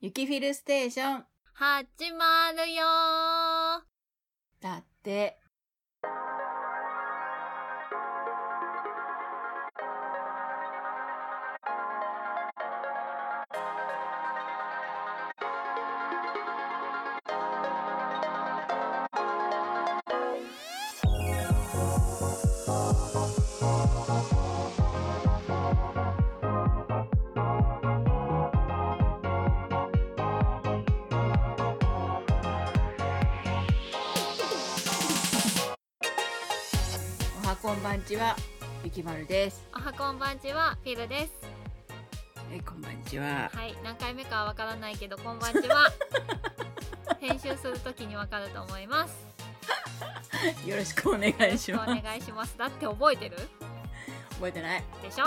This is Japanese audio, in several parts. ゆきフィルステーション。始まるよーだって。おはこんばんちは、ゆきまるです。おはこんばんちは、フィルです。え、こんばんちは。はい、何回目かはわからないけど、こんばんちは。編集するときにわかると思います。よろしくお願よろいししくおます。願いします。だって覚えてる覚えてない。でしょ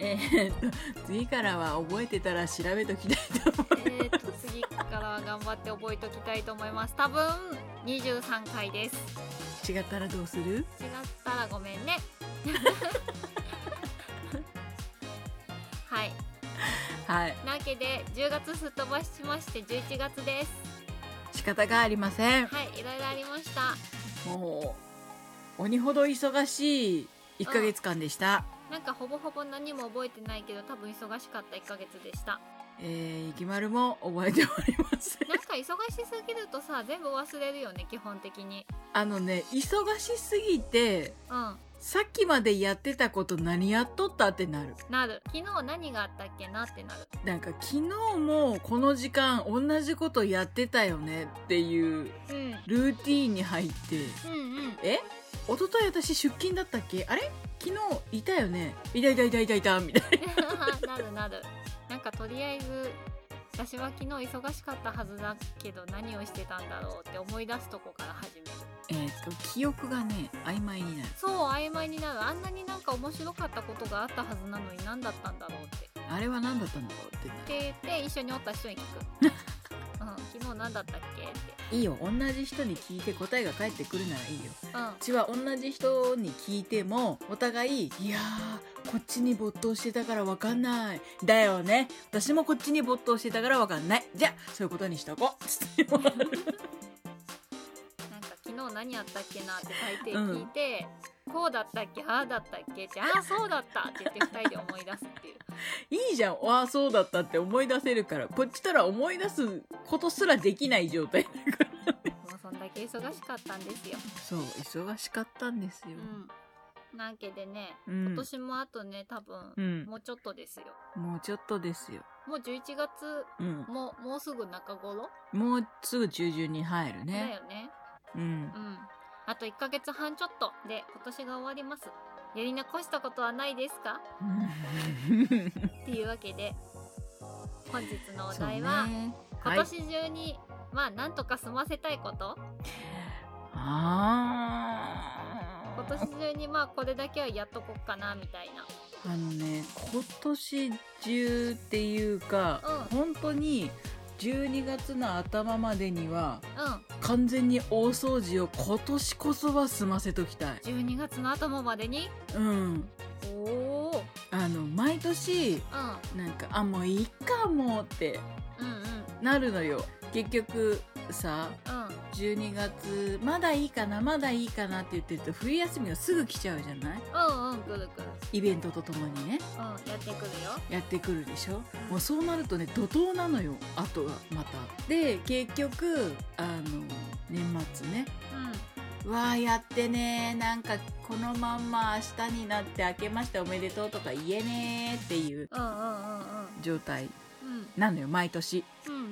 えーっと、次からは覚えてたら調べときたいと思う。えーと、次からは頑張って覚えときたいと思います。多分、23回です。 違ったらどうする違ったらごめんね。 はい、はい。なわけで10月すっ飛ばしまして11月です仕方がありません。はいいろいろありましたもう、鬼ほど忙しい1ヶ月間でした。なんかほぼほぼ何も覚えてないけど多分忙しかった1ヶ月でしたえー、ゆきまるも覚えておりません。なんか忙しすぎると さ全部忘れるよね基本的に あのね、忙しすぎて、うんさっきまでやってたこと何やっとったってなる。なる昨日何があったっけなってなるなんか昨日もこの時間同じことやってたよねっていううんルーティーンに入って、うんうんえ一昨日私出勤だったっけあれ昨日いたよねいたいたいたいたいたみたい なるなるなんかとりあえず私は昨日忙しかったはずだけど何をしてたんだろうって思い出すとこから始める えーっと、記憶がね、曖昧になる。そう曖昧になるあんなになんか面白かったことがあったはずなのに何だったんだろうってあれは何だったんだろうってなって言って一緒におった人に聞 く、うん、昨日何だったっけってる。いいよ、同じ人に聞いて答えが返ってくるならいいよ。うんうちは同じ人に聞いてもお互い「いやーこっちに没頭してたからわかんない」だよね私もこっちに没頭してたからわかんないじゃあそういうことにしとこうつって 終わるなんか昨日何やったっけなって大抵聞いて、こうだったっけああだったっけってああそうだったって言って2人で思い出すっていういいじゃんああそうだったって思い出せるからこっちから思い出すことすらできない状態だからもうそんだけ忙しかったんですよ、そう忙しかったんですようん、なわけでねうん、今年もあとね多分うんもうちょっとですよもうちょっとですよ、もう11月うん、ももうすぐ中頃もうすぐ中旬に入るだねよねうんうん。あと1ヶ月半ちょっとで今年が終わります。やり残したことはないですかっていうわけで、本日 のお題は、そうね今はい年中に、まあ、なんとか済ませたいことあ今年中に、まあ、これだけはやっとこっかな、みたいな。あのね今年中っていうか、う本当に12月の頭までにはうん。完全に大掃除を今年こそは済ませときたい12月の頭までにうんおー。あの毎年うなんかあもういいかもってん。うんうん。なるのよ結局さうん。 12月まだいいかなまだいいかなって言ってると冬休みがすぐ来ちゃうじゃないうんうん。ぐるぐる。イベントとともにねうん。やってくるよ。やってくるでしょもうそうなるとね怒涛なのよあとがまたで結局あの年末ねうん。わあやってねなんかこのまんま明日になって明けましておめでとうとか言えねーっていううんうんうんうん。状態うん。なのよ毎年うんうん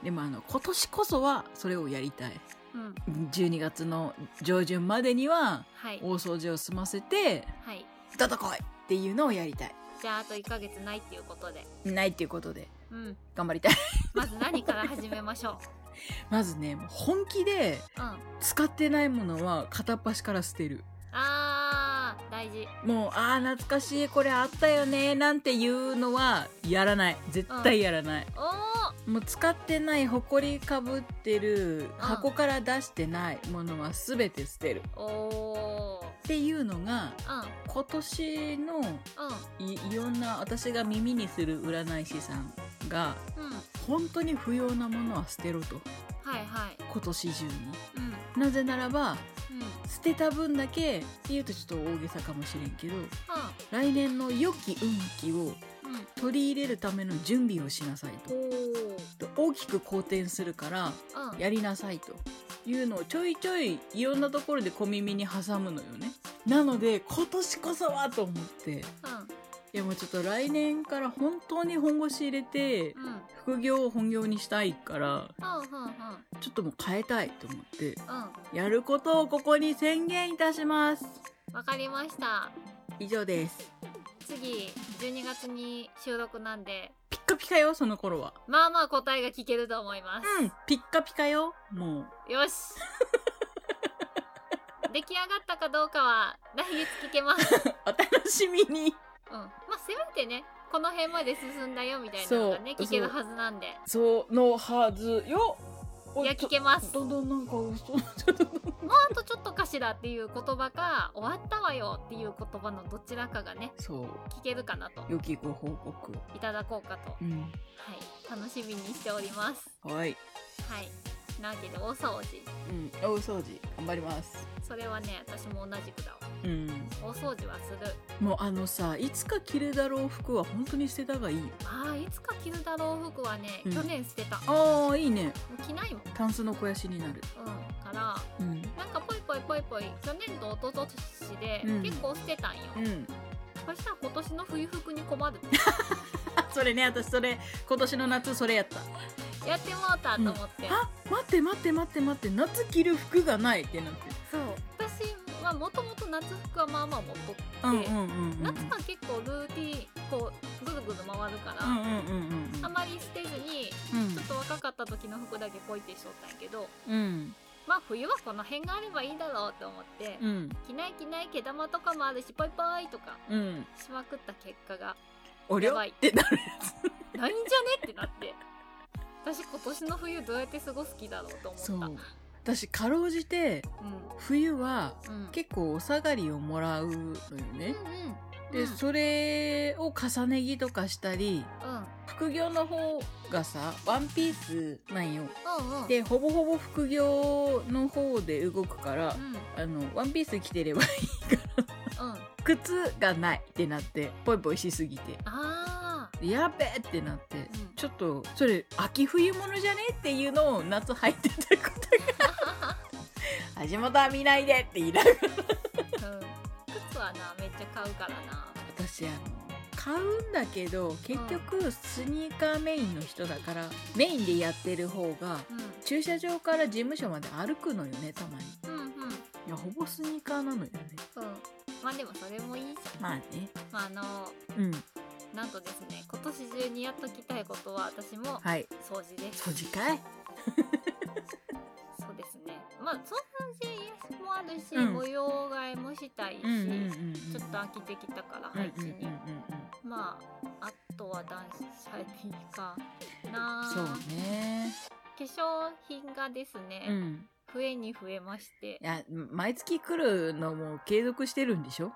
でもあの今年こそはそれをやりたいうんうん。うん。 12月の上旬までにははい。大掃除を済ませてはい。出てこいっていうのをやりたいじゃああと1ヶ月ないっていうことで。ないっていうことでうん。頑張りたいまず何から始めま しょ まずねもう本気でう。うん。使ってないものは片っ端から捨てるあー、大事。もうあー懐かしいこれあったよねなんていうのはやらない絶対やらない、おーもう使ってないほこりかぶってる箱から出してないものは全て捨てるっおー。ていうのがうん、今年のうん、いいろんな私が耳にする占い師さんんがうん本当に不要なものは捨てろとはいはい今年中にうんうんなぜならば捨てた分だけって言うとちょっと大げさかもしれんけど来年の良き運気をうんうん取り入れるための準備をしなさいおおと大きく好転するからうんやりなさいというのをちょいちょいいろんなところで小耳に挟むのよねなので今年こそはと思っていやもうちょっと来年から本当に本腰入れてうんうんうん副業を本業にしたいからうんうんちょっともう変えたいと思ってうやることをここに宣言いたしますんわかりました以上です次12月に収録なんでピッカピカよその頃はまあまあ答えが聞けると思います、うんピッカピカよもうよし出来上がったかどうかは来月聞けます、うん、お楽しみにまあせめてねこの辺まで進んだよみたいなのがねそう聞けるはずなんでそうのはずよいや聞けますどんどんなんかそうちょっともうあとちょっとかしらっていう言葉か終わったわよっていう言葉のどちらかがね そう聞けるかなと良きご報告いただこうかと、はうんい、楽しみにしておりますはいはいなわけで大掃除うん大掃除頑張りますそれはね私も同じくだわうん大掃除はするもうあのさいつか着るだろう服は本当に捨てたがいいよあーいつか着るだろう服はね、うん去年捨てたもああいいねう着ないもんタンスの肥やしになるうんからうんなんかポイポイポイポイ去年と一昨年でうん結構捨てたんよ、うんそしたら今年の冬服に困るあ それね私それ今年の夏それやった やってもうたと思って、あ待って待って待って待って夏着る服がないってなってそう私はもともと夏服はまあまあ持っとって、うんうんうん夏は結構ルーティンこうぐるぐる回るから、うんうんうんうんうんあまり捨てずにうんちょっと若かった時の服だけポイってしとったんやけどうんまあ冬はこの辺があればいいだろうと思って、うん着ない着ない毛玉とかもあるしポイポイとかうんしまくった結果がおりょやばいってなるないんじゃねって なって私今年の冬どうやって過ごす気だろうと思ったそう私かろうじて冬はうんうん結構お下がりをもらうのよね、うんでうんそれを重ね着とかしたりうん副業の方がさワンピースなんようんうんでほぼほぼ副業の方で動くからうんあのワンピース着てれば うん靴がないってなってポイポイしすぎてあーでやべえってなって、んちょっとそれ秋冬物じゃねっていうのを夏入ってたこと が橋本は見ないでって言いながらうん靴はなめっちゃ買うからな私あの買うんだけど結局スニーカーメインの人だからメインでやってる方がう駐車場から事務所まで歩くのよねたまにんうんうんうんいやほぼスニーカーなのよねまあでもそれもいいじゃんまあねまああのうんなんとですね今年中にやっときたいことは私もはい掃除です掃除かいそうですねまあ掃除もあるし、うん模様替えもしたいし、うんうんうんうんちょっと飽きてきたからうんうん配置に、うんうんまああとは男子最近かうんなそうね化粧品がですね、うん増えに増えましていや毎月来るのも継続してるんでしょそう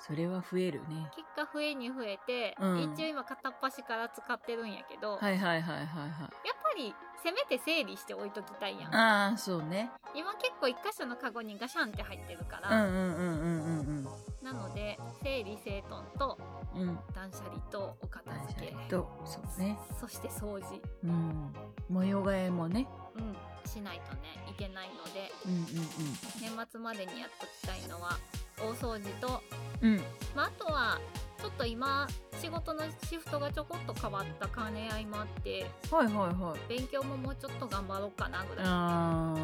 それは増えるね結果増えに増えて、うん一応今片っ端から使ってるんやけど、やっはいはいはいはいはぱりせめて整理して置いときたいやいんああそうね今結構一箇所のカゴにガシャンって入ってるかうんら、うんうんうんうんなので整理整頓とうんうん断捨離とお片断捨付け離とそうねそして掃除、うん、模様替えもね、うん、しないとねいけないのでうん年末までにやっときたいのは大掃除と、うんうん、うん、まあ、あとはちょっと今仕事のシフトがちょこっと変わった兼ね合いもあってはいはいはい。勉強ももうちょっと頑張ろうかなぐらいあ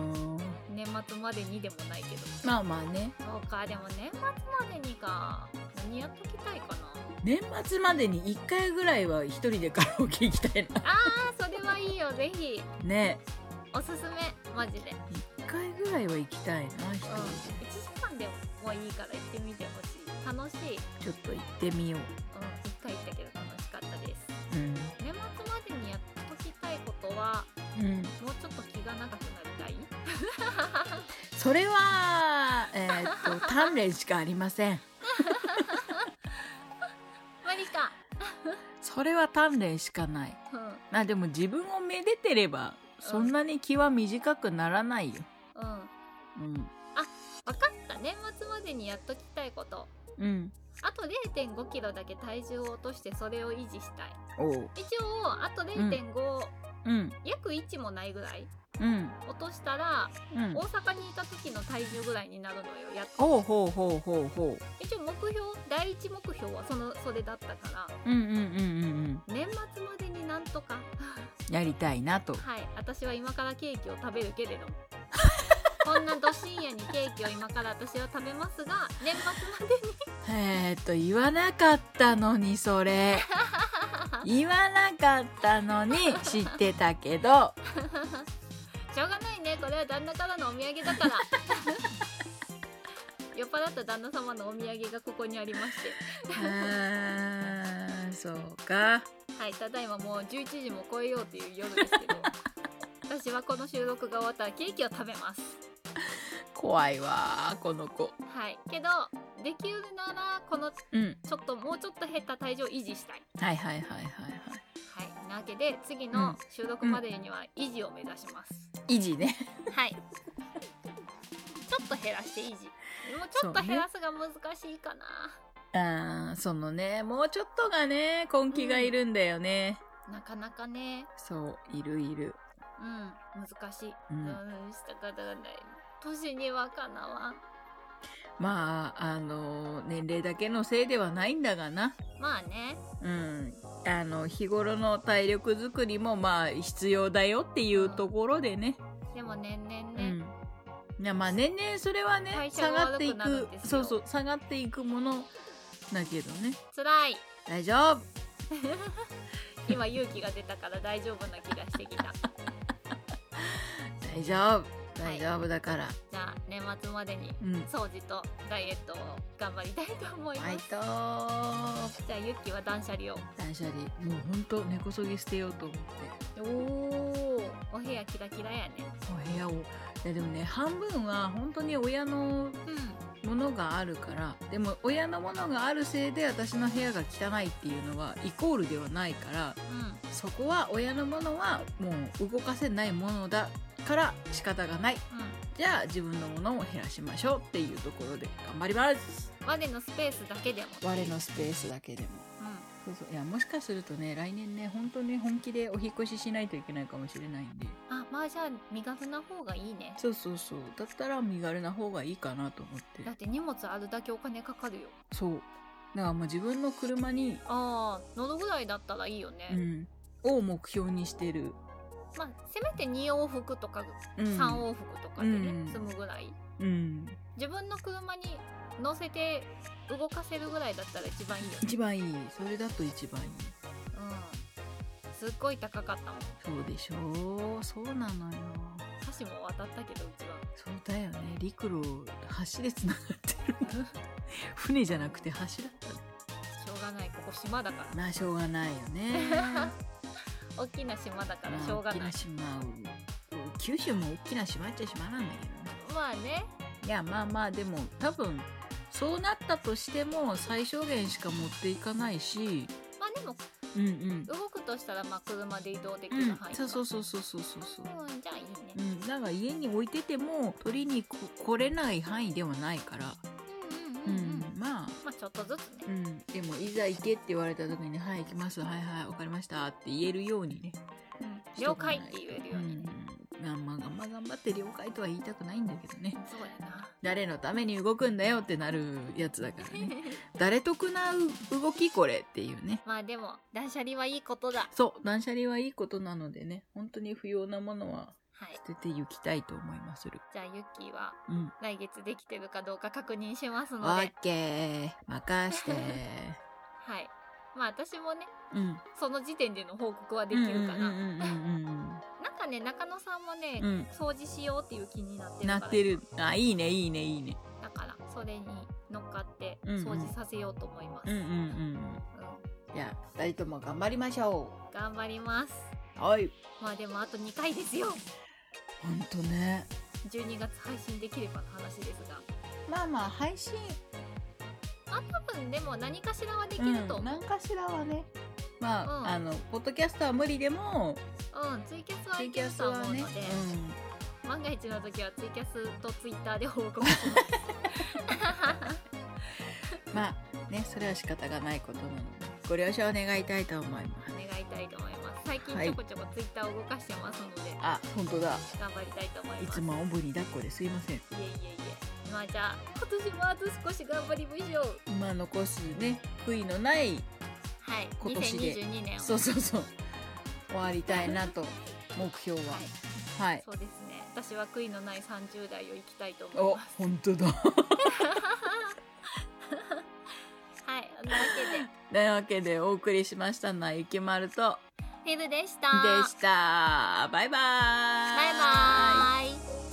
年末までにでもないけどーまあまあね、そうかでも年末までにか何やっときたいかな年末までに1回ぐらいは一人でカラオケ行きたいな。あそれはいいよぜひね、おすすめマジで、うん、 1回ぐらいは行きたいな、一人1時間でもいいから行ってみてほしい楽しい、うん、で。ちょっと行ってみよう。 1回行ったけど楽しかったですうん、年末までにやっときたいことはうん、もうちょっと気が長くなりたいそれは、えーっと、鍛錬しかありません。無理かそれは鍛錬しかない。うんうんあでも自分をめでてればそんなに気は短くならないよ、うんうん、分かった年末までにやっときたいことうんあと1 5キロだけ体重を落としてそれを維持したいおう一応あと0.5、うん約1もないぐらいうん落としたら、うん大阪にいた時の体重ぐらいになるのよやっとほうほうほうほうほ一応目標第一目標はそのそれだったからううんうんうんうん年末までになんとか うんやりたいなとはい私は今からケーキを食べるけれど こんなど深夜にケーキを今から私は食べますが年末までにえー、っと言わなかったのにそ れ言わなかったのに知ってたけ どしょうがないねこれは旦那からのお土産だから 酔っ払った旦那様のお土産がここにありましてあーそうかはい、ただいまもう11時も超えようという夜ですけど私はこの収録が終わったらケーキを食べます怖いわーこの子はいけどできるならこのちうんょっともうちょっと減った体重を維持したいはいはいはいはいははいなわけで次うんの収録までには維持を目指します、い維持ね はいちょっと減らして維持もうちょっと減らすが難しいか な、あーそのねもうちょっとがね根気がいるんだよね、なかなかねそういるいるうん難しいうんうんした方がない年にはかなわんまああの年齢だけのせいではないんだがなまあねうんあの日頃の体力づくりもまあ必要だよっていうところでね、でも年々ね、うんいやまあ年々それはね代謝下ががっ悪ていくなるくんですよそうそう下がっていくものだけどね辛い大丈夫今勇気が出たから大丈夫な気がしてきたじ 大丈夫大丈夫だから、ゃあ年末までにうん掃除とダイエットを頑張りたいと思います、はいとーじゃあゆっきは断捨離を断捨離もうほんと根こそぎ捨てようと思っておおお部屋キラキラやねお部屋をいやでもね半分は本当に親のうんものがあるからでも親のものがあるせいで私の部屋が汚いっていうのはイコールではないからそこは親のものはもう動かせないものだから仕方がないうんじゃあ自分のものを減らしましょうっていうところで頑張りますうん我のスペースだけでも我のスペースだけでもうそうそういやもしかするとね来年ね本当に本気でお引っ越ししないといけないかもしれないんでんあまあじゃあ身軽な方がいいねそうそうそうだったら身軽な方がいいかなと思ってだって荷物あるだけお金かかるよそうだからもう自分の車に、ああ喉ぐらいだったらいいよね、うん、を目標にしてる、まあせめて2往復とかうん、 3往復とかでね、うん済むぐらいうん自分の車に乗せて動かせるぐらいだったら一番いいよね、一番いいそれだと一番いいうん、すっごい高かったもんそうでしょうそうなのよ橋も渡ったけどうちはそうだよね陸路橋でつながってる 船じゃなくて橋だったのしょうがないここ島だからまあしょうがないよね 大きな島だからまあしょうがない大きな島を九州も大きな島っちゃ島なんだけどねまあねいやまあまあでも多分そうなったとしても最小限しか持っていかないしまあでもうんうん動くとしたらまあ車で移動できうるん範囲、そうそうそうそうそうそうそううんじゃあいいねうんなんか家に置いてても取りにこ来れない範囲ではないからううんうんうんん、うんまあまあちょっとずつねうん、でもいざ行けって言われた時に「はい行きますはいはいわかりました」って言えるようにねうん了解って言えるよううにね、んまあまあ頑張頑張って了解とは言いたくないんだけどねそうやな誰のために動くんだよってなるやつだからね誰得なう動きこれっていうね まあでも断捨離はいいことだそう断捨離はいいことなのでね本当に不要なものははい捨てていきたいと思いまするじゃあユッキーはうん来月できてるかどうか確認しますオのッで、ケー任 してはい。まあ私もね、うんその時点での報告はできるかな。うんうんうんうんなんかね、中野さんもね、うん掃除しようっていう気になってうんるかなら。ってるあいいねいいねいいねだから、それに乗っかってうんうん掃除させようと思います。うんうんうんうんいや二人とも頑張りましょ頑張ります。うはいまあでもあと2回ですよ。ほんとね12月配信できればの話ですが。まあまあ配信まあ多分でも何かしらはでできると思う。何かしらはねまあ、うんあのポッドキャストは無理でもうんツイキャスはツいイキけャるスとは思うね、ので、万が一の時はツイキャスとツイッターで報告し ます。うん、まあねそれは仕方がないことなのでご了承願いたいと思いまおす願いたいと思います。最近はいちょこちょこツイッターを動かしてますので、あ本当だ頑張りたいと思いいます。つもおぶに抱っこですいませんいえいえいえ。まあじゃあ今年もあと少し頑張りましょう。今残すね悔いのないはい。今年で2022年を。そうそうそう終わりたいなと目標ははい。はい、そうですね。私は悔いのない30代を生きたいと思いおます。本当だはい。そんなわというわけでお送りしましたのはゆきまるとけで、フィルでした。でしたバイバーイバイバーイ。